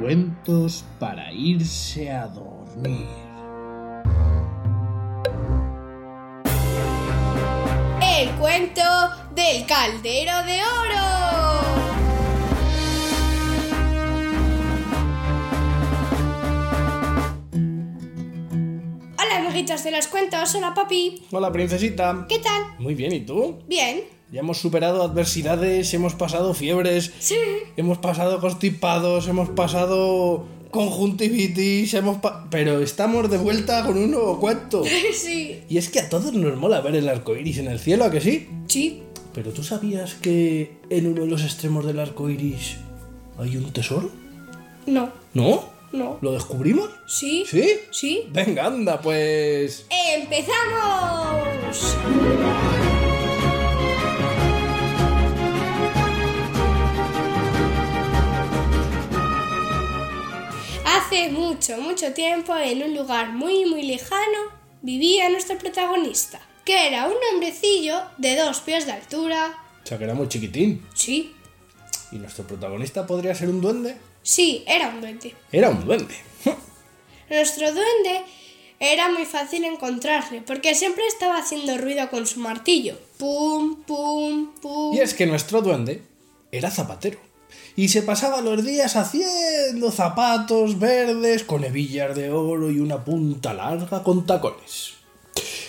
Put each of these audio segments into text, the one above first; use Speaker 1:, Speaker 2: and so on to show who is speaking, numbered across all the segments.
Speaker 1: cuentos para irse a dormir.
Speaker 2: El cuento del caldero de oro. Hola amiguitos de los cuentos, hola papi.
Speaker 3: Hola, princesita.
Speaker 2: ¿Qué tal?
Speaker 3: Muy bien, ¿y tú?
Speaker 2: ¿Bien?
Speaker 3: Ya hemos superado adversidades, hemos pasado fiebres,
Speaker 2: Sí.
Speaker 3: hemos pasado constipados, hemos pasado conjuntivitis, hemos pa- Pero estamos de vuelta con un nuevo cuento.
Speaker 2: Sí.
Speaker 3: Y es que a todos nos mola ver el arco iris en el cielo, ¿a que sí?
Speaker 2: Sí.
Speaker 3: Pero ¿tú sabías que en uno de los extremos del arco iris hay un tesoro?
Speaker 2: No.
Speaker 3: ¿No?
Speaker 2: No.
Speaker 3: ¿Lo descubrimos?
Speaker 2: ¿Sí?
Speaker 3: ¿Sí?
Speaker 2: ¿Sí?
Speaker 3: Venga, anda, pues.
Speaker 2: ¡Empezamos! Hace mucho, mucho tiempo, en un lugar muy, muy lejano, vivía nuestro protagonista, que era un hombrecillo de dos pies de altura.
Speaker 3: O sea, que era muy chiquitín.
Speaker 2: Sí,
Speaker 3: ¿Y nuestro protagonista podría ser un duende?
Speaker 2: sí, era un duende.
Speaker 3: Era un duende.
Speaker 2: Nuestro duende era muy fácil encontrarle, porque siempre estaba haciendo ruido con su martillo. Pum, pum, pum.
Speaker 3: Y es que nuestro duende era zapatero. Y se pasaba los días haciendo zapatos verdes con hebillas de oro y una punta larga con tacones.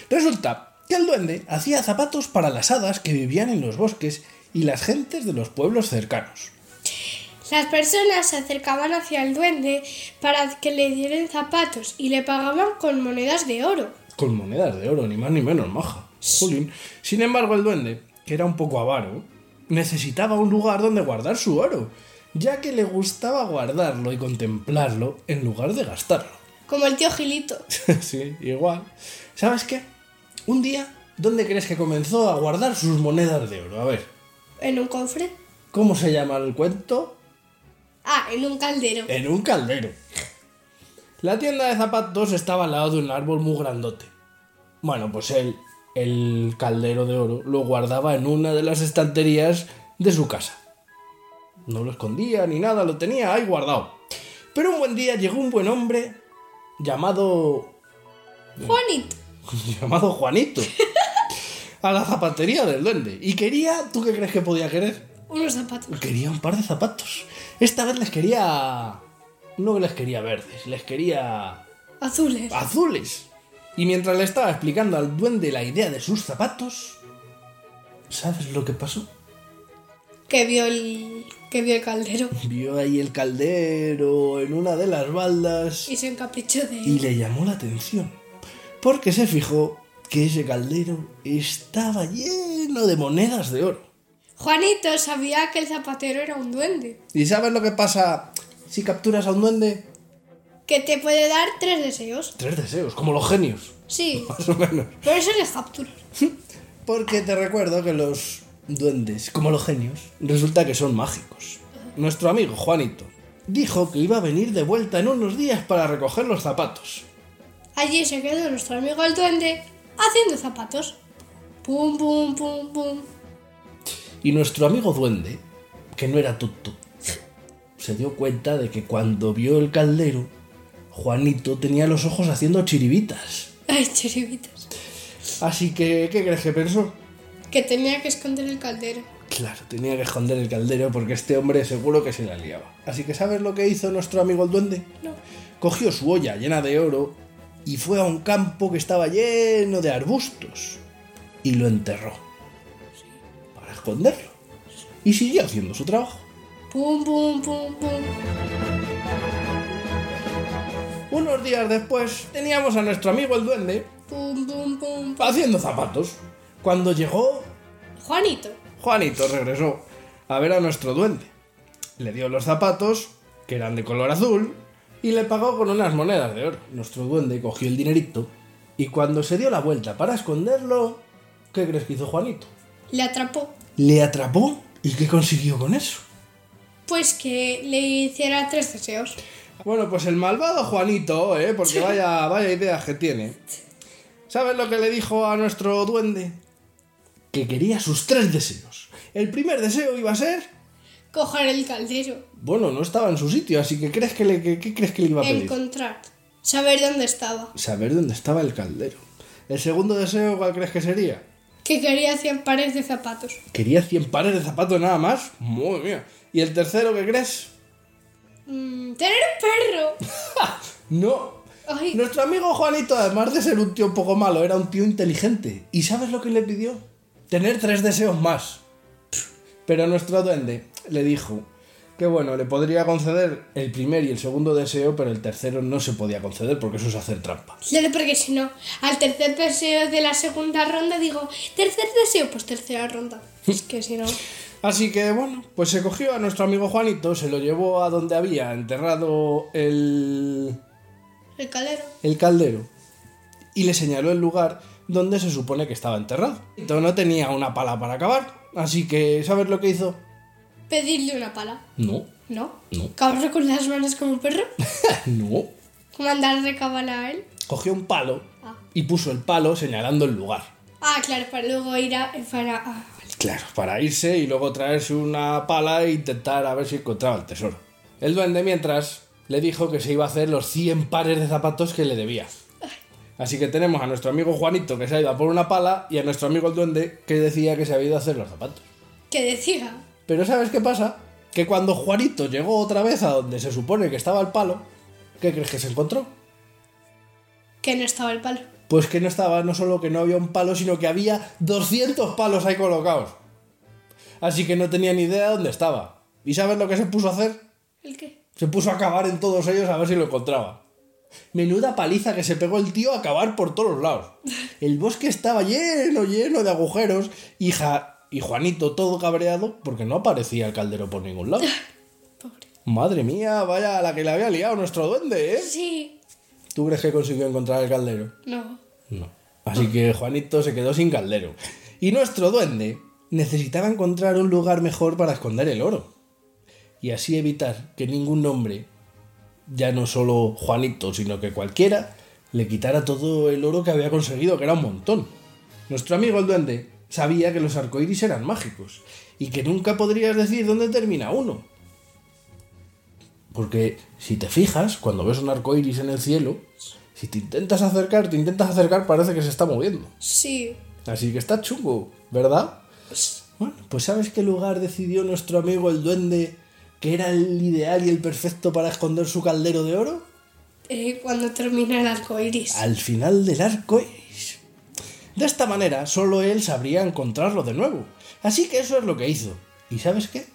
Speaker 3: Resulta que el duende hacía zapatos para las hadas que vivían en los bosques y las gentes de los pueblos cercanos.
Speaker 2: Las personas se acercaban hacia el duende para que le dieran zapatos y le pagaban con monedas de oro.
Speaker 3: Con monedas de oro, ni más ni menos, maja. Jolín. Sin embargo, el duende, que era un poco avaro, necesitaba un lugar donde guardar su oro, ya que le gustaba guardarlo y contemplarlo en lugar de gastarlo.
Speaker 2: Como el tío Gilito.
Speaker 3: sí, igual. ¿Sabes qué? Un día, ¿dónde crees que comenzó a guardar sus monedas de oro? A ver,
Speaker 2: ¿En un cofre?
Speaker 3: ¿cómo se llama el cuento?
Speaker 2: Ah, en un caldero.
Speaker 3: En un caldero. La tienda de zapatos estaba al lado de un árbol muy grandote. Bueno, pues él, el caldero de oro, lo guardaba en una de las estanterías de su casa. No lo escondía ni nada, lo tenía ahí guardado. Pero un buen día llegó un buen hombre llamado
Speaker 2: Juanito.
Speaker 3: llamado Juanito a la zapatería del duende y quería, ¿tú qué crees que podía querer?
Speaker 2: Unos zapatos.
Speaker 3: Pues Quería un par de zapatos. Esta vez les quería no les quería verdes, les quería
Speaker 2: Azules.
Speaker 3: Ah. azules. Y mientras le estaba explicando al duende la idea de sus zapatos, ¿sabes lo que pasó?
Speaker 2: Que vio el. que vio el caldero.
Speaker 3: Vio ahí el caldero en una de las baldas
Speaker 2: Y se encaprichó de
Speaker 3: y
Speaker 2: él.
Speaker 3: le llamó la atención, porque se fijó que ese caldero estaba lleno de monedas de oro.
Speaker 2: Juanito sabía que el zapatero era un duende.
Speaker 3: ¿Y sabes lo que pasa si capturas a un duende?
Speaker 2: Que te puede dar tres deseos.
Speaker 3: Tres deseos, como los genios,
Speaker 2: Sí.
Speaker 3: más o menos.
Speaker 2: Pero eso les captura.
Speaker 3: Porque te recuerdo que los duendes, como los genios, resulta que son mágicos. Nuestro amigo Juanito dijo que iba a venir de vuelta en unos días para recoger los zapatos.
Speaker 2: Allí se quedó nuestro amigo el duende haciendo zapatos. Pum, pum, pum, pum.
Speaker 3: Y nuestro amigo duende, que no era tutto, se dio cuenta de que cuando vio el caldero, Juanito tenía los ojos haciendo chiribitas.
Speaker 2: Ay, chiribitas.
Speaker 3: Así que, ¿qué crees que pensó?
Speaker 2: Que tenía que esconder el caldero.
Speaker 3: Claro, tenía que esconder el caldero porque este hombre seguro que se la liaba. Así que ¿sabes lo que hizo nuestro amigo el duende?
Speaker 2: No.
Speaker 3: Cogió su olla llena de oro y fue a un campo que estaba lleno de arbustos y lo enterró para esconderlo. Y siguió haciendo su trabajo.
Speaker 2: Pum, pum, pum, pum.
Speaker 3: Unos días después teníamos a nuestro amigo el duende
Speaker 2: Pum, pum, pum. pum.
Speaker 3: haciendo zapatos. Cuando llegó
Speaker 2: Juanito.
Speaker 3: Juanito regresó a ver a nuestro duende. Le dio los zapatos, que eran de color azul, y le pagó con unas monedas de oro. Nuestro duende cogió el dinerito y cuando se dio la vuelta para esconderlo, ¿qué crees que hizo Juanito?
Speaker 2: Le atrapó.
Speaker 3: Le atrapó y ¿qué consiguió con eso?
Speaker 2: Pues que le hiciera tres deseos.
Speaker 3: Bueno, pues el malvado Juanito, ¿eh? porque vaya, vaya ideas que tiene. ¿Sabes lo que le dijo a nuestro duende? Que quería sus tres deseos. El primer deseo iba a ser
Speaker 2: Coger el caldero.
Speaker 3: Bueno, no estaba en su sitio, así que ¿crees que le, que- ¿qué crees que le iba a pedir?
Speaker 2: Encontrar. Saber dónde estaba.
Speaker 3: Saber dónde estaba el caldero. El segundo deseo, ¿cuál crees que sería?
Speaker 2: Que quería 100 pares de zapatos.
Speaker 3: ¿Quería 100 pares de zapatos nada más? Madre mía. ¿Y el tercero, qué crees?
Speaker 2: Mm, tener un perro.
Speaker 3: No.
Speaker 2: Ay.
Speaker 3: Nuestro amigo Juanito, además de ser un tío un poco malo, era un tío inteligente. ¿Y sabes lo que le pidió? Tener tres deseos más. Pero nuestro duende le dijo que bueno, le podría conceder el primer y el segundo deseo, pero el tercero no se podía conceder porque eso es hacer trampa.
Speaker 2: Claro, porque si no, al tercer deseo de la segunda ronda digo, tercer deseo, pues tercera ronda. Es que si no.
Speaker 3: Así que bueno, pues se cogió a nuestro amigo Juanito, se lo llevó a donde había enterrado el,
Speaker 2: El caldero.
Speaker 3: el caldero y le señaló el lugar donde se supone que estaba enterrado. Juanito no tenía una pala para acabar, así que ¿sabes lo que hizo?
Speaker 2: Pedirle una pala.
Speaker 3: No,
Speaker 2: ¿No?
Speaker 3: No.
Speaker 2: ¿Cabrón con las manos como un perro?
Speaker 3: no.
Speaker 2: ¿Mandar de cabala a él?
Speaker 3: Cogió un palo
Speaker 2: Ah.
Speaker 3: y puso el palo señalando el lugar.
Speaker 2: Ah, claro, para luego ir a. Para, ah, vale.
Speaker 3: Claro, para irse y luego traerse una pala e intentar a ver si encontraba el tesoro. El duende, mientras, le dijo que se iba a hacer los 100 pares de zapatos que le debía. Así que tenemos a nuestro amigo Juanito que se ha ido a por una pala y a nuestro amigo el duende que decía que se había ido a hacer los zapatos.
Speaker 2: Que decía.
Speaker 3: Pero ¿sabes qué pasa? Que cuando Juanito llegó otra vez a donde se supone que estaba el palo, ¿qué crees que se encontró?
Speaker 2: Que no estaba el palo.
Speaker 3: Pues que no estaba, no solo que no había un palo, sino que había 200 palos ahí colocados. Así que no tenía ni idea de dónde estaba. ¿Y sabes lo que se puso a hacer?
Speaker 2: ¿El qué?
Speaker 3: Se puso a cavar en todos ellos a ver si lo encontraba. Menuda paliza que se pegó el tío a cavar por todos lados. El bosque estaba lleno, lleno de agujeros y, Ja- y Juanito todo cabreado porque no aparecía el caldero por ningún lado.
Speaker 2: Pobre.
Speaker 3: Madre mía, vaya la que le había liado nuestro duende, ¿eh?
Speaker 2: Sí.
Speaker 3: ¿Tú crees que consiguió encontrar el caldero?
Speaker 2: No.
Speaker 3: No. Así que Juanito se quedó sin caldero. Y nuestro duende necesitaba encontrar un lugar mejor para esconder el oro. Y así evitar que ningún hombre, ya no solo Juanito, sino que cualquiera, le quitara todo el oro que había conseguido, que era un montón. Nuestro amigo el duende sabía que los arcoíris eran mágicos y que nunca podrías decir dónde termina uno. Porque si te fijas, cuando ves un arcoíris en el cielo, si te intentas acercar, te intentas acercar, parece que se está moviendo.
Speaker 2: Sí.
Speaker 3: Así que está chungo, ¿verdad? Bueno, pues ¿sabes qué lugar decidió nuestro amigo el duende que era el ideal y el perfecto para esconder su caldero de oro?
Speaker 2: Eh, cuando termina el arco iris.
Speaker 3: Al final del arco iris. De esta manera, solo él sabría encontrarlo de nuevo. Así que eso es lo que hizo. ¿Y sabes qué?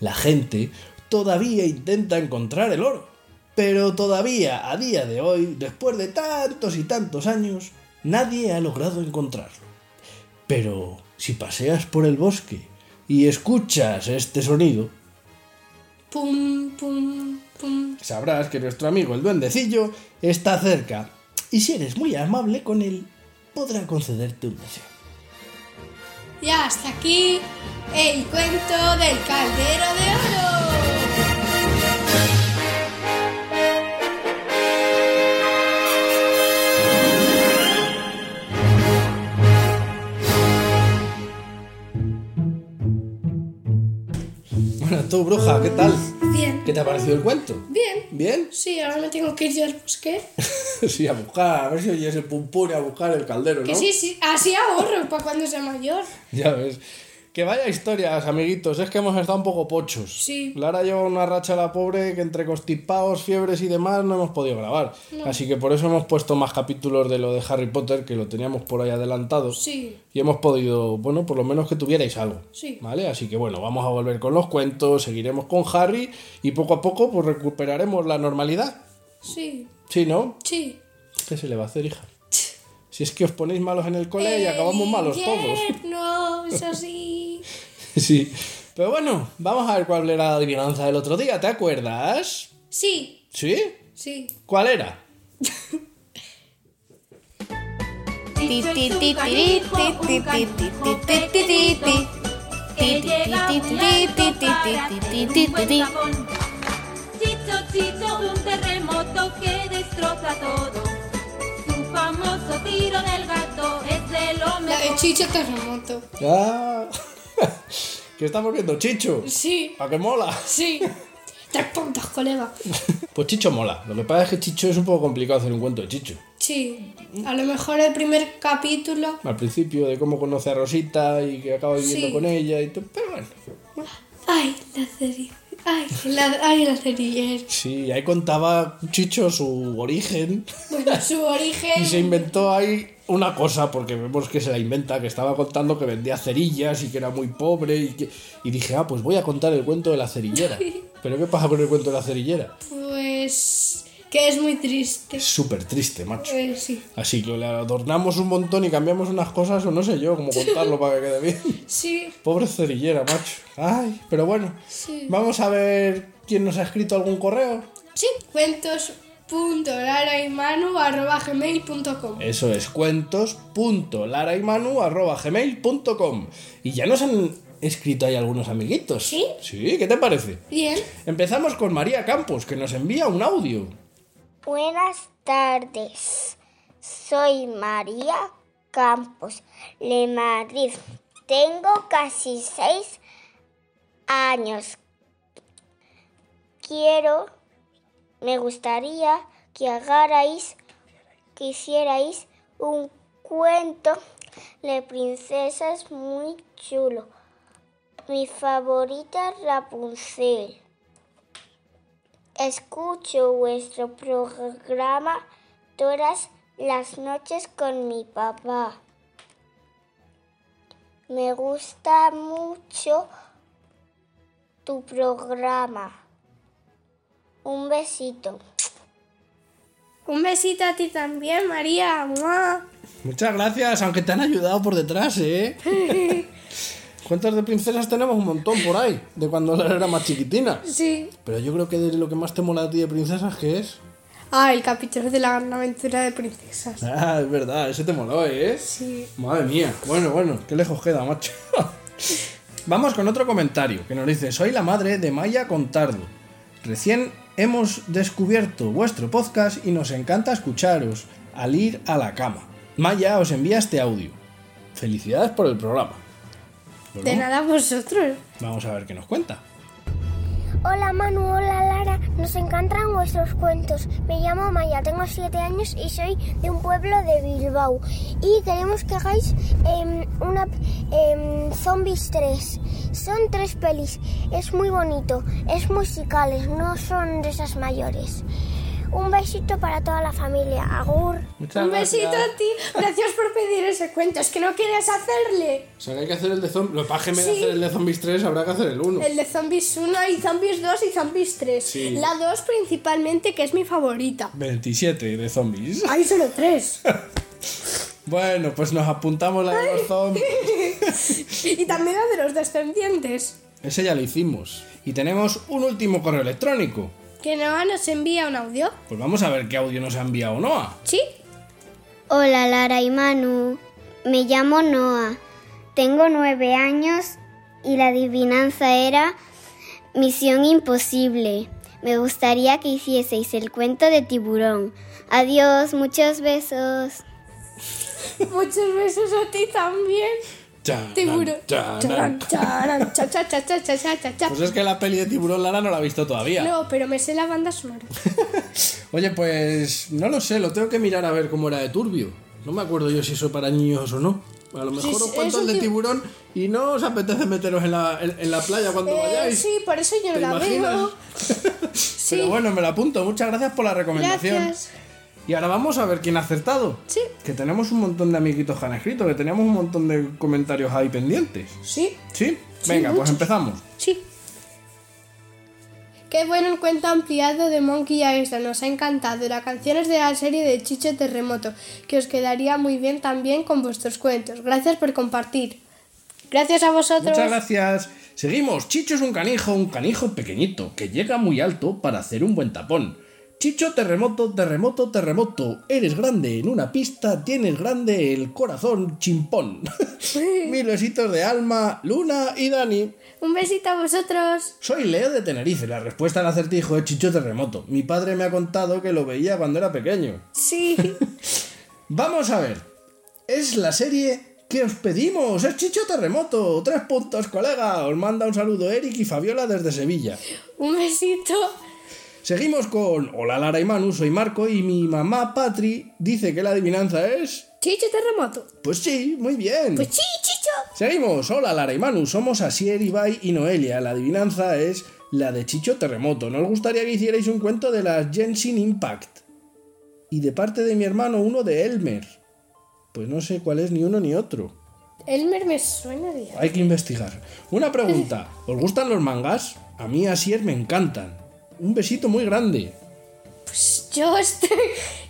Speaker 3: La gente todavía intenta encontrar el oro. Pero todavía, a día de hoy, después de tantos y tantos años, nadie ha logrado encontrarlo. Pero si paseas por el bosque y escuchas este sonido,
Speaker 2: Pum, pum, pum.
Speaker 3: sabrás que nuestro amigo el duendecillo está cerca. Y si eres muy amable con él, podrá concederte un deseo.
Speaker 2: Ya hasta aquí el cuento del caldero de oro.
Speaker 3: Bueno, tú, bruja, ¿qué tal?
Speaker 2: Bien.
Speaker 3: ¿Qué te ha parecido el cuento?
Speaker 2: Bien.
Speaker 3: ¿Bien?
Speaker 2: Sí, ahora me tengo que ir yo al bosque.
Speaker 3: sí, a buscar, a ver si oyes el pumpure a buscar el caldero,
Speaker 2: Que
Speaker 3: ¿no?
Speaker 2: sí, sí. Así ahorro para cuando sea mayor.
Speaker 3: Ya ves. Que vaya historias, amiguitos, es que hemos estado un poco pochos.
Speaker 2: Sí.
Speaker 3: Lara lleva una racha a la pobre que entre constipados, fiebres y demás no hemos podido grabar. Así que por eso hemos puesto más capítulos de lo de Harry Potter, que lo teníamos por ahí adelantado.
Speaker 2: Sí.
Speaker 3: Y hemos podido, bueno, por lo menos que tuvierais algo.
Speaker 2: Sí.
Speaker 3: ¿Vale? Así que bueno, vamos a volver con los cuentos, seguiremos con Harry y poco a poco pues recuperaremos la normalidad.
Speaker 2: Sí.
Speaker 3: Sí, ¿no?
Speaker 2: Sí.
Speaker 3: ¿Qué se le va a hacer, hija? Si es que os ponéis malos en el cole
Speaker 2: Eh,
Speaker 3: y acabamos malos todos.
Speaker 2: No, eso sí.
Speaker 3: Sí. Pero bueno, vamos a ver cuál era la adivinanza del otro día, ¿te acuerdas?
Speaker 2: Sí.
Speaker 3: ¿Sí?
Speaker 2: Sí.
Speaker 3: ¿Cuál era?
Speaker 4: Ti, ti, ti, ti, ti, ti, ti, ti, ti, ti, ti, ti, ti. Ti, ti, ti, ti, ti, ti, ti, ti, ti, ti, ti, ti.
Speaker 5: Chicho, chicho, un terremoto que destroza todo. Su famoso tiro del gato es de lo
Speaker 2: La
Speaker 5: mejor.
Speaker 2: de Chicho Terremoto.
Speaker 3: Ah. Que estamos viendo Chicho.
Speaker 2: Sí,
Speaker 3: ¿A que mola?
Speaker 2: sí. Tres puntos, colega.
Speaker 3: Pues Chicho mola. Lo que pasa es que Chicho es un poco complicado hacer un cuento de Chicho.
Speaker 2: Sí, a lo mejor el primer capítulo.
Speaker 3: Al principio de cómo conoce a Rosita y que acaba viviendo
Speaker 2: Sí.
Speaker 3: con ella y todo. Pero bueno.
Speaker 2: Ay, la cerilla. Ay, la, ay, la cerilla.
Speaker 3: Sí, ahí contaba Chicho su origen.
Speaker 2: Bueno, su origen.
Speaker 3: Y se inventó ahí una cosa, porque vemos que se la inventa, que estaba contando que vendía cerillas y que era muy pobre y que... Y dije, ah, pues voy a contar el cuento de la cerillera. Pero ¿qué pasa con el cuento de la cerillera?
Speaker 2: Pues. que es muy triste.
Speaker 3: Es súper triste, macho.
Speaker 2: Eh, sí.
Speaker 3: Así que le adornamos un montón y cambiamos unas cosas o no sé yo, como contarlo para que quede bien.
Speaker 2: Sí,
Speaker 3: Pobre cerillera, macho. Ay, pero bueno.
Speaker 2: Sí.
Speaker 3: Vamos a ver quién nos ha escrito algún correo.
Speaker 2: sí. Cuentos.laraymanu.gmail.com
Speaker 3: Eso es cuentos.laraymanu.gmail.com Y ya nos han escrito ahí algunos amiguitos.
Speaker 2: ¿Sí?
Speaker 3: Sí, ¿qué te parece?
Speaker 2: Bien.
Speaker 3: Empezamos con María Campos, que nos envía un audio.
Speaker 6: Buenas tardes. Soy María Campos, de Madrid. Tengo casi seis años. Quiero, me gustaría que hagáis, que hicierais un cuento de princesas muy chulo. Mi favorita es Rapunzel. Escucho vuestro programa todas las noches con mi papá. Me gusta mucho tu programa. Un besito.
Speaker 2: Un besito a ti también, María. ¡Mua!
Speaker 3: Muchas gracias, aunque te han ayudado por detrás, ¿eh? Cuentos de princesas tenemos un montón por ahí, de cuando Lara era más chiquitina.
Speaker 2: Sí.
Speaker 3: Pero yo creo que de lo que más te mola a ti de princesas, ¿qué es?
Speaker 2: Ah, el capítulo de la gran aventura de princesas.
Speaker 3: Ah, es verdad, ese te moló, ¿eh?
Speaker 2: Sí.
Speaker 3: Madre mía. Bueno, bueno, qué lejos queda, macho. Vamos con otro comentario que nos dice: Soy la madre de Maya Contardo. Recién hemos descubierto vuestro podcast y nos encanta escucharos al ir a la cama. Maya os envía este audio. Felicidades por el programa.
Speaker 2: De nada vosotros.
Speaker 3: Vamos a ver qué nos cuenta.
Speaker 6: Hola Manu, hola Lara, nos encantan vuestros cuentos. Me llamo Maya, tengo 7 años y soy de un pueblo de Bilbao. Y queremos que hagáis em, una em, Zombies 3. Son tres pelis, es muy bonito, es musicales, no son de esas mayores. Un besito para toda la familia, Agur.
Speaker 3: Muchas
Speaker 2: un besito a ti. Gracias por pedir ese cuento. Es que no quieres hacerle.
Speaker 3: O sea, que hay que hacer el de zombies. Lo paje me de
Speaker 2: Sí.
Speaker 3: hacer el de zombies 3, habrá que hacer el 1.
Speaker 2: El de Zombies 1 y Zombies 2 y Zombies 3.
Speaker 3: Sí.
Speaker 2: La 2 principalmente, que es mi favorita.
Speaker 3: 27 de zombies.
Speaker 2: Hay solo 3.
Speaker 3: Bueno, pues nos apuntamos la de los zombies.
Speaker 2: y también la de los descendientes.
Speaker 3: Ese ya lo hicimos. Y tenemos un último correo electrónico.
Speaker 2: Que Noah nos envía un audio.
Speaker 3: Pues vamos a ver qué audio nos ha enviado Noah.
Speaker 2: ¿Sí?
Speaker 6: Hola Lara y Manu, me llamo Noah, tengo nueve años y la adivinanza era Misión Imposible. Me gustaría que hicieseis el cuento de tiburón. Adiós, muchos besos.
Speaker 2: Muchos besos a ti también.
Speaker 3: Charan,
Speaker 2: Tiburón.
Speaker 3: charan.
Speaker 2: Charan, charan, cha, cha, cha, cha, cha, cha, cha, cha.
Speaker 3: Pues es que la peli de tiburón Lara no la ha visto todavía.
Speaker 2: No, pero me sé la banda sonora.
Speaker 3: Oye, pues no lo sé, lo tengo que mirar a ver cómo era de turbio. No me acuerdo yo si eso para niños o no. A lo mejor
Speaker 2: Sí,
Speaker 3: os
Speaker 2: sí,
Speaker 3: cuento el
Speaker 2: es un
Speaker 3: de
Speaker 2: tib-
Speaker 3: tiburón y no os apetece meteros en la, en, en la playa cuando
Speaker 2: Eh,
Speaker 3: vayáis.
Speaker 2: sí, por eso yo no
Speaker 3: ¿Te
Speaker 2: la
Speaker 3: imaginas?
Speaker 2: veo.
Speaker 3: Pero bueno, me lo apunto. Muchas gracias por la recomendación.
Speaker 2: Gracias.
Speaker 3: Y ahora vamos a ver quién ha acertado.
Speaker 2: Sí.
Speaker 3: Que tenemos un montón de amiguitos que han escrito, que tenemos un montón de comentarios ahí pendientes.
Speaker 2: Sí,
Speaker 3: ¿Sí? Venga, pues empezamos.
Speaker 2: sí. Qué bueno el cuento ampliado de Monkey Island, nos ha encantado. La canción es de la serie de Chicho Terremoto, que os quedaría muy bien también con vuestros cuentos. Gracias por compartir. Gracias a vosotros.
Speaker 3: Muchas gracias. Seguimos. Chicho es un canijo, un canijo pequeñito, que llega muy alto para hacer un buen tapón. Chicho, terremoto, terremoto, terremoto. Eres grande en una pista, tienes grande el corazón chimpón. Mil besitos de alma, Luna y Dani.
Speaker 2: Un besito a vosotros.
Speaker 3: Soy Leo de Tenerife. La respuesta al acertijo es Chicho Terremoto. Mi padre me ha contado que lo veía cuando era pequeño.
Speaker 2: Sí.
Speaker 3: Vamos a ver. Es la serie ¿Qué os pedimos? ¡Es Chicho Terremoto! ¡Tres puntos, colega! Os manda un saludo Eric y Fabiola desde Sevilla.
Speaker 2: Un besito.
Speaker 3: Seguimos con Hola Lara y Manu, soy Marco y mi mamá Patri dice que la adivinanza es...
Speaker 2: Chicho terremoto.
Speaker 3: Pues sí, muy bien.
Speaker 2: Pues sí, Chicho.
Speaker 3: Seguimos, hola Lara y Manu, somos Asier, Ibai y Noelia. La adivinanza es la de Chicho Terremoto. Nos gustaría que hicierais un cuento de las Genshin Impact. Y de parte de mi hermano uno de Elmer. Pues no sé cuál es ni uno ni otro.
Speaker 2: Elmer me suena bien.
Speaker 3: Hay que investigar. Una pregunta, ¿os gustan los mangas? A mí Asier me encantan. Un besito muy grande.
Speaker 2: Pues yo estoy,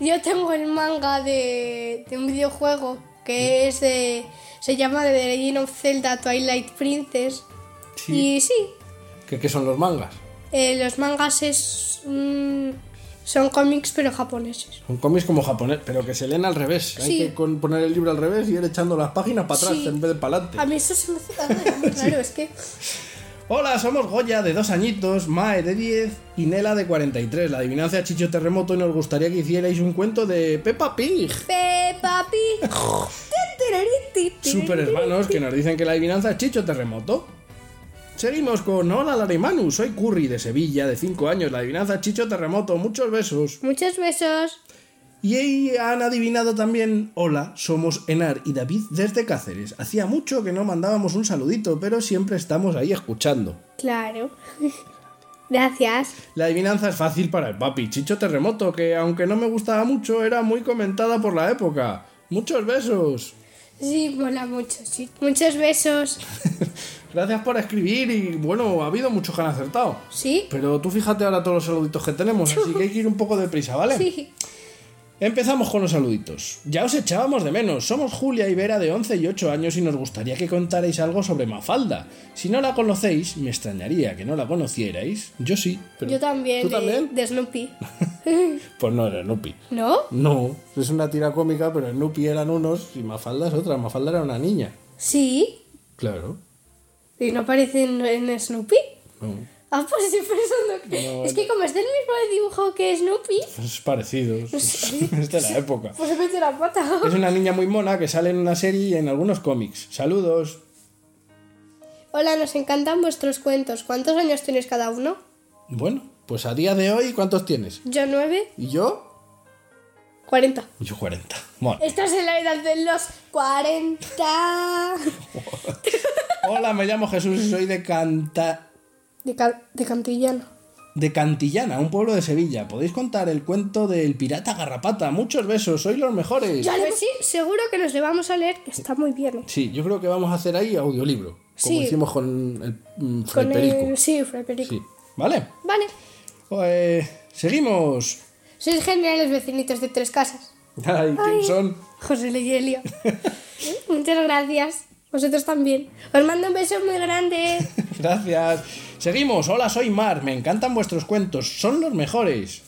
Speaker 2: yo tengo el manga de, de un videojuego que es de se llama The Legend of Zelda Twilight Princess y sí,
Speaker 3: ¿Qué, qué son los mangas?
Speaker 2: eh, los mangas es mm, son cómics pero japoneses.
Speaker 3: Son cómics como japonés, pero que se leen al revés. Hay
Speaker 2: Sí.
Speaker 3: que con- poner el libro al revés y ir echando las páginas para atrás
Speaker 2: Sí. Ah.
Speaker 3: en vez de para adelante.
Speaker 2: A mí eso se me hace tan claro, es que
Speaker 3: Hola, somos Goya de dos añitos, Mae de 10 y Nela de 43. La adivinanza es Chicho Terremoto y nos gustaría que hicierais un cuento de Peppa Pig.
Speaker 2: Peppa Pig.
Speaker 3: Super hermanos que nos dicen que la adivinanza es Chicho Terremoto. Seguimos con Hola Larimanu, soy Curry de Sevilla, de 5 años. La adivinanza es Chicho Terremoto, muchos besos.
Speaker 2: Muchos besos.
Speaker 3: Y ahí han adivinado también, hola, somos Enar y David desde Cáceres. Hacía mucho que no mandábamos un saludito, pero siempre estamos ahí escuchando.
Speaker 2: Claro. Gracias.
Speaker 3: La adivinanza es fácil para el papi, Chicho Terremoto, que aunque no me gustaba mucho, era muy comentada por la época. Muchos besos.
Speaker 2: Sí, mola mucho, sí. Muchos besos.
Speaker 3: Gracias por escribir y bueno, ha habido muchos que han acertado.
Speaker 2: ¿Sí?
Speaker 3: Pero tú fíjate ahora todos los saluditos que tenemos, así que hay que ir un poco de prisa, ¿vale?
Speaker 2: Sí.
Speaker 3: Empezamos con los saluditos. Ya os echábamos de menos. Somos Julia y Vera de 11 y 8 años y nos gustaría que contarais algo sobre Mafalda. Si no la conocéis, me extrañaría que no la conocierais. Yo sí, pero.
Speaker 2: Yo también. eh.
Speaker 3: ¿Tú
Speaker 2: de,
Speaker 3: también?
Speaker 2: de Snoopy.
Speaker 3: Pues no era Nupi.
Speaker 2: ¿No?
Speaker 3: No, es una tira cómica, pero Nupi eran unos y Mafalda es otra. Mafalda era una niña.
Speaker 2: Sí.
Speaker 3: Claro.
Speaker 2: ¿Y no aparece en, en Snoopy?
Speaker 3: No,
Speaker 2: Ah, pues estoy pensando que... Es que como es del mismo dibujo que Snoopy,
Speaker 3: es parecido. Es es de la época.
Speaker 2: pues se mete la pata.
Speaker 3: Es una niña muy mona que sale en una serie y en algunos cómics. Saludos.
Speaker 2: Hola, nos encantan vuestros cuentos. ¿Cuántos años tienes cada uno?
Speaker 3: Bueno, pues a día de hoy, ¿cuántos tienes?
Speaker 2: Yo nueve,
Speaker 3: ¿Y yo?
Speaker 2: cuarenta.
Speaker 3: Yo 40. Bueno.
Speaker 2: Esta es la edad de los cuarenta.
Speaker 3: Hola, me llamo Jesús y soy de Canta...
Speaker 2: De, Ca- de Cantillano.
Speaker 3: De Cantillana, un pueblo de Sevilla. Podéis contar el cuento del pirata Garrapata. Muchos besos, sois los mejores.
Speaker 2: Pues sí, seguro que nos le vamos a leer, que está muy bien.
Speaker 3: Sí, yo creo que vamos a hacer ahí audiolibro. Como
Speaker 2: Sí.
Speaker 3: hicimos con el mm, Fray
Speaker 2: Con
Speaker 3: Perico.
Speaker 2: el... Sí, Fray Perico.
Speaker 3: Sí. Vale.
Speaker 2: Vale.
Speaker 3: Eh, seguimos.
Speaker 2: Sois geniales vecinitos de tres casas.
Speaker 3: Ay, ¿quién son?
Speaker 2: José Leyelia. Muchas gracias. Vosotros también. Os mando un beso muy grande.
Speaker 3: Gracias. Seguimos. Hola, soy Mar. Me encantan vuestros cuentos. Son los mejores.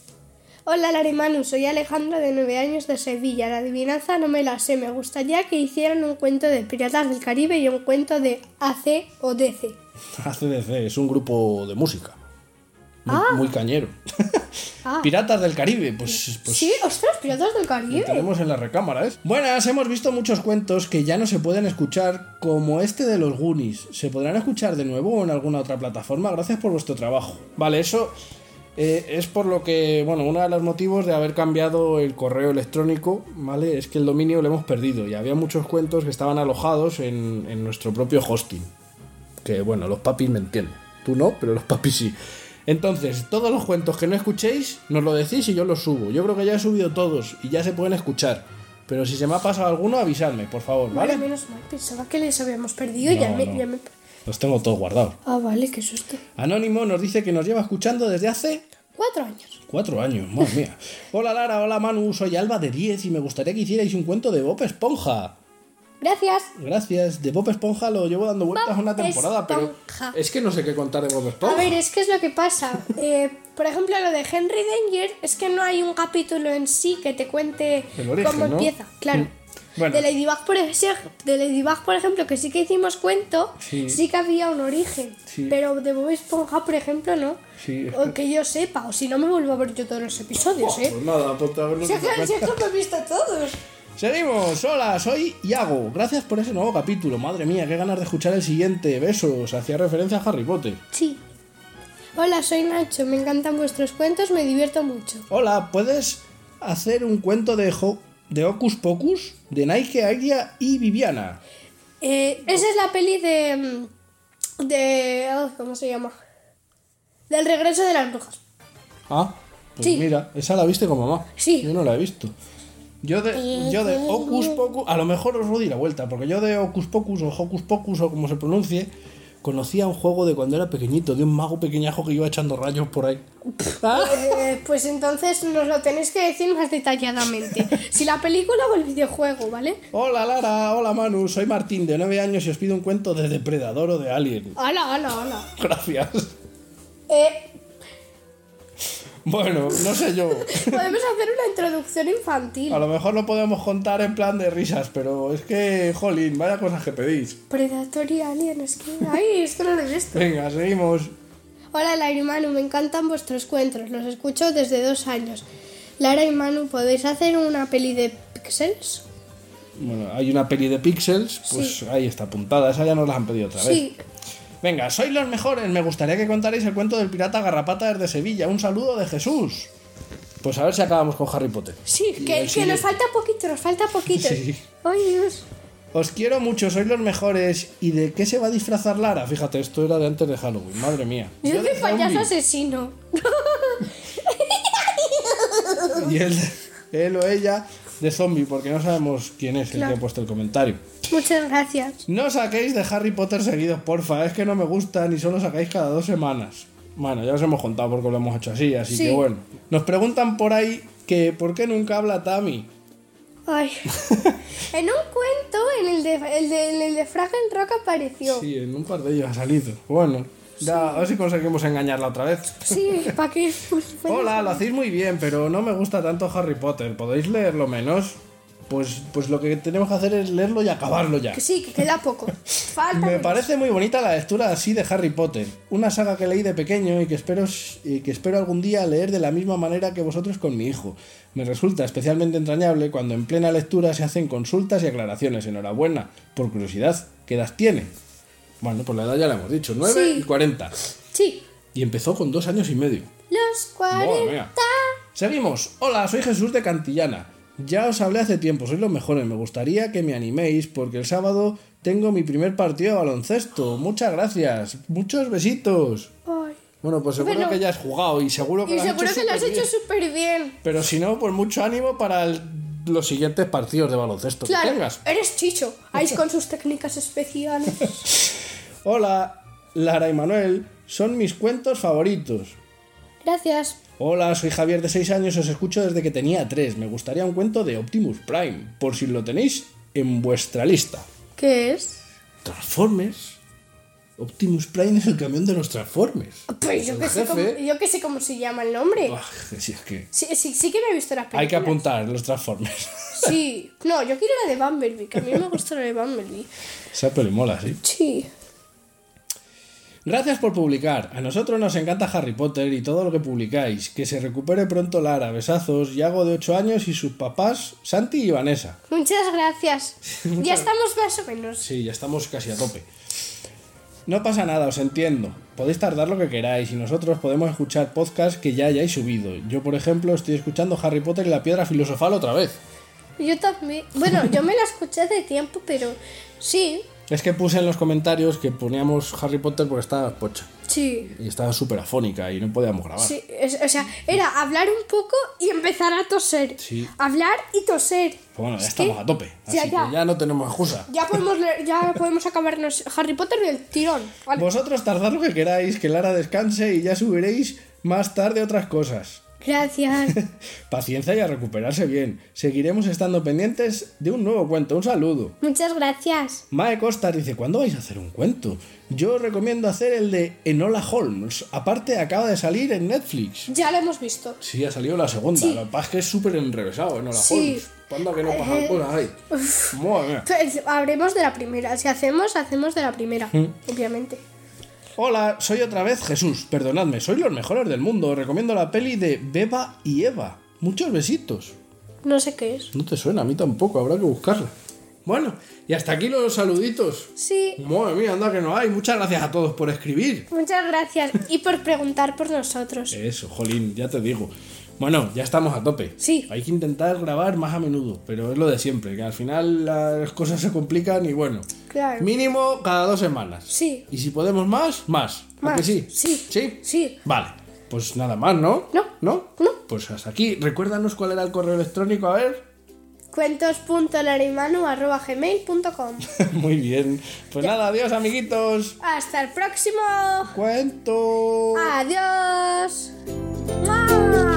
Speaker 2: Hola Larimanu, soy Alejandro de 9 años de Sevilla. La adivinanza no me la sé. Me gustaría que hicieran un cuento de Piratas del Caribe y un cuento de AC o DC.
Speaker 3: ACDC es un grupo de música. Muy, muy cañero.
Speaker 2: Ah.
Speaker 3: Piratas del Caribe. Pues, pues
Speaker 2: sí, ostras, Piratas del
Speaker 3: Lo
Speaker 2: Caribe.
Speaker 3: tenemos en la recámara, ¿eh? Buenas, hemos visto muchos cuentos que ya no se pueden escuchar, como este de los Goonies. ¿Se podrán escuchar de nuevo o en alguna otra plataforma? Gracias por vuestro trabajo. Vale, eso eh, es por lo que, bueno, uno de los motivos de haber cambiado el correo electrónico, ¿vale? Es que el dominio lo hemos perdido y había muchos cuentos que estaban alojados en, en nuestro propio hosting. Que, bueno, los papis me entienden. Tú no, pero los papis sí. Entonces, todos los cuentos que no escuchéis, nos lo decís y yo los subo. Yo creo que ya he subido todos y ya se pueden escuchar. Pero si se me ha pasado alguno, avisadme, por favor,
Speaker 2: Vale,
Speaker 3: ¿vale?
Speaker 2: menos mal. Pensaba que les habíamos perdido. ya,
Speaker 3: No,
Speaker 2: me,
Speaker 3: no.
Speaker 2: ya me-
Speaker 3: Los tengo todos guardados.
Speaker 2: Ah, vale, qué susto.
Speaker 3: Anónimo nos dice que nos lleva escuchando desde hace
Speaker 2: Cuatro años.
Speaker 3: Cuatro años, madre mía. Hola Lara, hola Manu, soy Alba de 10 y me gustaría que hicierais un cuento de Bob Esponja.
Speaker 2: Gracias.
Speaker 3: Gracias, de Bob Esponja lo llevo dando vueltas
Speaker 2: Bob
Speaker 3: una temporada, pero
Speaker 2: Esponja.
Speaker 3: es que no sé qué contar de Bob
Speaker 2: A
Speaker 3: Esponja.
Speaker 2: ver, es que es lo que pasa. Eh, por ejemplo, lo de Henry Danger es que no hay un capítulo en sí que te cuente
Speaker 3: El origen,
Speaker 2: cómo
Speaker 3: ¿no?
Speaker 2: empieza. Claro.
Speaker 3: Mm. Bueno.
Speaker 2: De, Ladybug, por ej- de Ladybug, por ejemplo, que sí que hicimos cuento,
Speaker 3: Sí.
Speaker 2: sí, que había un origen.
Speaker 3: Sí.
Speaker 2: Pero de Bob Esponja, por ejemplo, no.
Speaker 3: Sí. Oh,
Speaker 2: O que yo sepa, o si no me vuelvo a ver yo todos los episodios, ¿eh?
Speaker 3: Pues nada, por favor, no
Speaker 2: Si
Speaker 3: te
Speaker 2: es que, si es que me he visto todos.
Speaker 3: Seguimos, hola, soy Iago. Gracias por ese nuevo capítulo. Madre mía, qué ganas de escuchar el siguiente. Besos. Hacía referencia a Harry Potter.
Speaker 2: Sí. Hola, soy Nacho. Me encantan vuestros cuentos, me divierto mucho.
Speaker 3: Hola, ¿puedes hacer un cuento de, Ho- de Hocus Pocus? De Nike, Aria y Viviana.
Speaker 2: Eh, esa es la peli de. mm, de. oh, ¿Cómo se llama? Del regreso de las brujas.
Speaker 3: Ah, pues
Speaker 2: Sí.
Speaker 3: mira, esa la viste con mamá.
Speaker 2: Sí.
Speaker 3: Yo no la he visto. Yo de, yo de Hocus Pocus, a lo mejor os lo di la vuelta, porque yo de Hocus Pocus o Hocus Pocus o como se pronuncie, conocía un juego de cuando era pequeñito, de un mago pequeñajo que iba echando rayos por ahí. Ah,
Speaker 2: Eh, pues entonces nos lo tenéis que decir más detalladamente. Si la película o el videojuego, ¿vale?
Speaker 3: Hola Lara, hola Manu, soy Martín de 9 años y os pido un cuento de Depredador o de Alien.
Speaker 2: Hola, hola, hola.
Speaker 3: Gracias.
Speaker 2: Eh,
Speaker 3: Bueno, no sé yo.
Speaker 2: podemos hacer una introducción infantil.
Speaker 3: A lo mejor lo podemos contar en plan de risas, pero es que, jolín, vaya cosas que pedís.
Speaker 2: Predator y Alien, es que. Ay, es que no lo he visto.
Speaker 3: Venga, seguimos.
Speaker 2: Hola Lara y Manu, me encantan vuestros cuentos, los escucho desde dos años. Lara y Manu, ¿podéis hacer una peli de pixels?
Speaker 3: Bueno, hay una peli de Pixels, pues ahí está apuntada, esa ya nos la han pedido otra vez.
Speaker 2: Sí.
Speaker 3: Venga, sois los mejores, me gustaría que contarais el cuento del pirata Garrapata desde Sevilla, un saludo de Jesús. Pues a ver si acabamos con Harry Potter.
Speaker 2: Sí,
Speaker 3: Y
Speaker 2: que,
Speaker 3: el
Speaker 2: que nos
Speaker 3: siguiente.
Speaker 2: falta poquito, nos falta poquito.
Speaker 3: Sí.
Speaker 2: Ay, Dios.
Speaker 3: Os quiero mucho, sois los mejores. ¿Y de qué se va a disfrazar Lara? Fíjate, esto era de antes de Halloween, madre mía.
Speaker 2: Yo
Speaker 3: de
Speaker 2: de payaso
Speaker 3: zombie.
Speaker 2: asesino.
Speaker 3: Y él, él o ella de zombie, porque no sabemos quién es el
Speaker 2: Claro.
Speaker 3: que ha puesto el comentario.
Speaker 2: Muchas gracias.
Speaker 3: No saquéis de Harry Potter seguidos, porfa. Es que no me gustan y solo sacáis cada dos semanas. Bueno, ya os hemos contado porque lo hemos hecho así, así
Speaker 2: Sí.
Speaker 3: que bueno. Nos preguntan por ahí que por qué nunca habla Tami.
Speaker 2: Ay. en un cuento, en el de, el de, en el de Fraggle Rock apareció. Sí,
Speaker 3: Sí, en un par de ellos ha salido. Bueno, ya, a ver si conseguimos engañarla otra vez.
Speaker 2: ¿para qué? Pues
Speaker 3: Hola, lo hacéis muy bien, pero no me gusta tanto Harry Potter. ¿Podéis leerlo menos? Pues, pues lo que tenemos que hacer es leerlo y acabarlo ya.
Speaker 2: Que sí, que queda poco. Falta.
Speaker 3: Me
Speaker 2: menos.
Speaker 3: parece muy bonita la lectura así de Harry Potter, una saga que leí de pequeño y que espero y que espero algún día leer de la misma manera que vosotros con mi hijo. Me resulta especialmente entrañable cuando en plena lectura se hacen consultas y aclaraciones. Enhorabuena, por curiosidad, ¿qué edad tiene? Bueno, pues la edad ya la hemos dicho, 9
Speaker 2: Sí.
Speaker 3: y 40.
Speaker 2: Sí.
Speaker 3: Y empezó con dos años y medio.
Speaker 2: Los
Speaker 3: Madre
Speaker 2: 40.
Speaker 3: mía. Seguimos. Hola, soy Jesús de Cantillana. Ya os hablé hace tiempo, sois los mejores. Me gustaría que me animéis porque el sábado tengo mi primer partido de baloncesto. Muchas gracias. Muchos besitos.
Speaker 2: Ay.
Speaker 3: Bueno, pues seguro
Speaker 2: Bueno.
Speaker 3: que ya has jugado y seguro que
Speaker 2: Y
Speaker 3: lo has
Speaker 2: seguro
Speaker 3: hecho
Speaker 2: que lo has
Speaker 3: superbién.
Speaker 2: hecho súper bien.
Speaker 3: Pero si no, pues mucho ánimo para el- los siguientes partidos de baloncesto
Speaker 2: Claro,
Speaker 3: que tengas.
Speaker 2: eres chicho. Ahí con sus técnicas especiales.
Speaker 3: Hola, Lara y Manuel. Son mis cuentos favoritos.
Speaker 2: Gracias.
Speaker 3: Hola, soy Javier de 6 años, os escucho desde que tenía 3. Me gustaría un cuento de Optimus Prime, por si lo tenéis en vuestra lista.
Speaker 2: ¿Qué es?
Speaker 3: Transformers. Optimus Prime es el camión de los Transformers.
Speaker 2: Pues yo
Speaker 3: El
Speaker 2: que, sé cómo,
Speaker 3: jefe.
Speaker 2: yo que sé cómo se llama el nombre.
Speaker 3: Buah, si es que
Speaker 2: Sí, sí, sí que me he visto las películas.
Speaker 3: hay que apuntar los Transformers.
Speaker 2: Sí. No, yo quiero la de Bumblebee, que a mí me gusta la de Bumblebee.
Speaker 3: Esa peli mola, sí.
Speaker 2: Sí.
Speaker 3: Gracias por publicar. A nosotros nos encanta Harry Potter y todo lo que publicáis. Que se recupere pronto Lara, besazos, Yago de 8 años y sus papás Santi y Vanessa.
Speaker 2: Muchas gracias. ya estamos más o menos.
Speaker 3: Sí, ya estamos casi a tope. No pasa nada, os entiendo. Podéis tardar lo que queráis y nosotros podemos escuchar podcasts que ya hayáis subido. Yo, por ejemplo, estoy escuchando Harry Potter y la piedra filosofal otra vez.
Speaker 2: Yo también. Bueno, yo me la escuché hace tiempo, pero sí.
Speaker 3: Es que puse en los comentarios que poníamos Harry Potter porque estaba pocha
Speaker 2: Sí.
Speaker 3: y estaba súper afónica y no podíamos grabar.
Speaker 2: Sí, es- o sea, era hablar un poco y empezar a toser.
Speaker 3: Sí.
Speaker 2: Hablar y toser.
Speaker 3: Pero Pues Bueno, ya
Speaker 2: Es
Speaker 3: estamos
Speaker 2: que
Speaker 3: a tope, así
Speaker 2: ya, ya.
Speaker 3: que ya no tenemos excusa.
Speaker 2: Ya podemos, leer- ya podemos acabarnos Harry Potter del tirón. Vale.
Speaker 3: Vosotros tardad lo que queráis, que Lara descanse y ya subiréis más tarde otras cosas.
Speaker 2: Gracias.
Speaker 3: Paciencia y a recuperarse bien. Seguiremos estando pendientes de un nuevo cuento. Un saludo.
Speaker 2: Muchas gracias.
Speaker 3: Mae Costas dice, ¿cuándo vais a hacer un cuento? Yo os recomiendo hacer el de Enola Holmes. Aparte, acaba de salir en Netflix.
Speaker 2: Ya lo hemos visto.
Speaker 3: Sí, ha salido la segunda.
Speaker 2: Sí.
Speaker 3: Lo que pasa es que es súper enrevesado Enola
Speaker 2: Sí. Eh,
Speaker 3: Holmes. ¿Cuándo que no pasan cosas ahí? Madre mía.
Speaker 2: Pues, habremos de la primera. Si hacemos, hacemos de la primera,
Speaker 3: Mm.
Speaker 2: obviamente.
Speaker 3: Hola, soy otra vez Jesús. Perdonadme, soy los mejores del mundo. Os recomiendo la peli de Beba y Eva. Muchos besitos.
Speaker 2: No sé qué es.
Speaker 3: No te suena, a mí tampoco, habrá que buscarla. Bueno, y hasta aquí los saluditos.
Speaker 2: Sí.
Speaker 3: Madre mía, anda que no hay. Muchas gracias a todos por escribir.
Speaker 2: Muchas gracias y por preguntar por nosotros.
Speaker 3: Eso, jolín, ya te digo. Bueno, ya estamos a tope.
Speaker 2: Sí.
Speaker 3: Hay que intentar grabar más a menudo, pero es lo de siempre, que al final las cosas se complican y bueno.
Speaker 2: Claro.
Speaker 3: Mínimo cada dos semanas.
Speaker 2: Sí.
Speaker 3: Y si podemos más, más. ¿A
Speaker 2: Más.
Speaker 3: que sí?
Speaker 2: Sí.
Speaker 3: ¿Sí?
Speaker 2: Sí.
Speaker 3: Vale. Pues nada más, ¿no?
Speaker 2: No.
Speaker 3: ¿No?
Speaker 2: No.
Speaker 3: Pues hasta aquí. Recuérdanos cuál era el correo electrónico, a ver.
Speaker 2: Cuentos.larimanu.gmail.com
Speaker 3: Muy bien. Pues nada, adiós, amiguitos.
Speaker 2: Hasta el próximo.
Speaker 3: Cuento.
Speaker 2: Adiós. ¡Mua!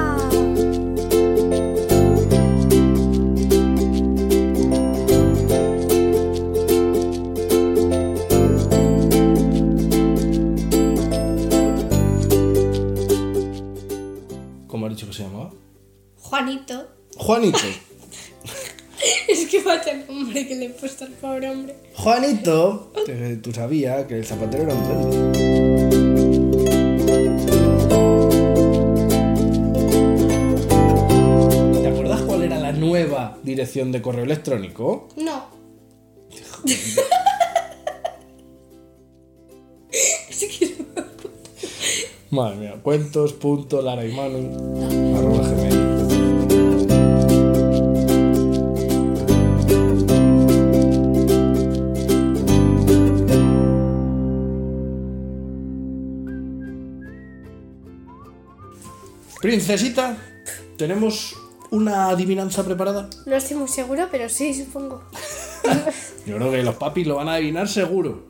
Speaker 3: ¿Cómo ha dicho que se llamaba?
Speaker 2: Juanito.
Speaker 3: Juanito.
Speaker 2: Es que mata el nombre que le he puesto al pobre hombre.
Speaker 3: Juanito. Te- Tú sabías que el zapatero era un duende. ¿Te acuerdas cuál era la nueva dirección de correo electrónico?
Speaker 2: No. Es que no.
Speaker 3: Madre mía, cuentos.laraimanu arroba gmail. Princesita, ¿tenemos una adivinanza preparada?
Speaker 2: No estoy muy seguro, pero sí, supongo.
Speaker 3: Yo creo que los papis lo van a adivinar seguro.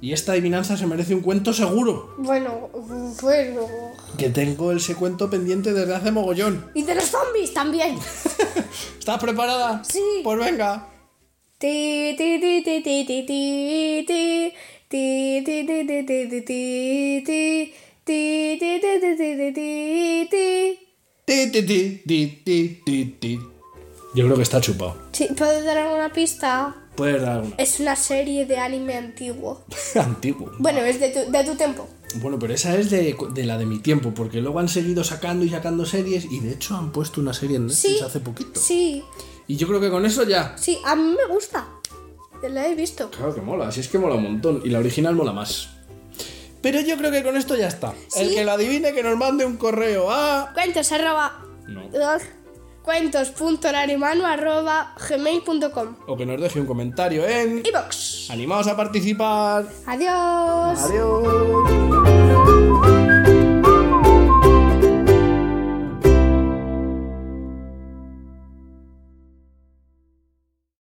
Speaker 3: Y esta adivinanza se merece un cuento seguro.
Speaker 2: Bueno, pues, bueno.
Speaker 3: Que tengo ese cuento pendiente desde hace mogollón.
Speaker 2: Y de los zombies también.
Speaker 3: ¿Estás preparada?
Speaker 2: Sí.
Speaker 3: Pues venga.
Speaker 2: Ti, ti, ti, ti, ti, ti, ti, ti. Ti, ti, ti, ti, ti, ti, ti, ti. Ti, ti, ti, ti, ti, ti, ti, ti.
Speaker 3: Ti, ti, ti, ti, ti, ti, ti. Yo creo que está chupado.
Speaker 2: Sí, ¿Puedo dar alguna pista?
Speaker 3: Puedes dar una.
Speaker 2: Es una serie de anime antiguo.
Speaker 3: Antiguo.
Speaker 2: Bueno, es de tu, de tu tiempo.
Speaker 3: Bueno, pero esa es de, de la de mi tiempo, porque luego han seguido sacando y sacando series, y de hecho han puesto una serie en Netflix
Speaker 2: Sí.
Speaker 3: hace poquito.
Speaker 2: Sí,
Speaker 3: Y yo creo que con eso ya.
Speaker 2: sí, a mí me gusta. La he visto.
Speaker 3: Claro que mola, si es que mola un montón, y la original mola más. Pero yo creo que con esto ya está. El
Speaker 2: Sí.
Speaker 3: que lo adivine que nos mande un correo a.
Speaker 2: Cuentos arroba.
Speaker 3: No.
Speaker 2: Cuentos.larimano arroba gmail.com.
Speaker 3: O que nos deje un comentario en.
Speaker 2: Ibox.
Speaker 3: Animaos a participar.
Speaker 2: Adiós.
Speaker 3: Adiós.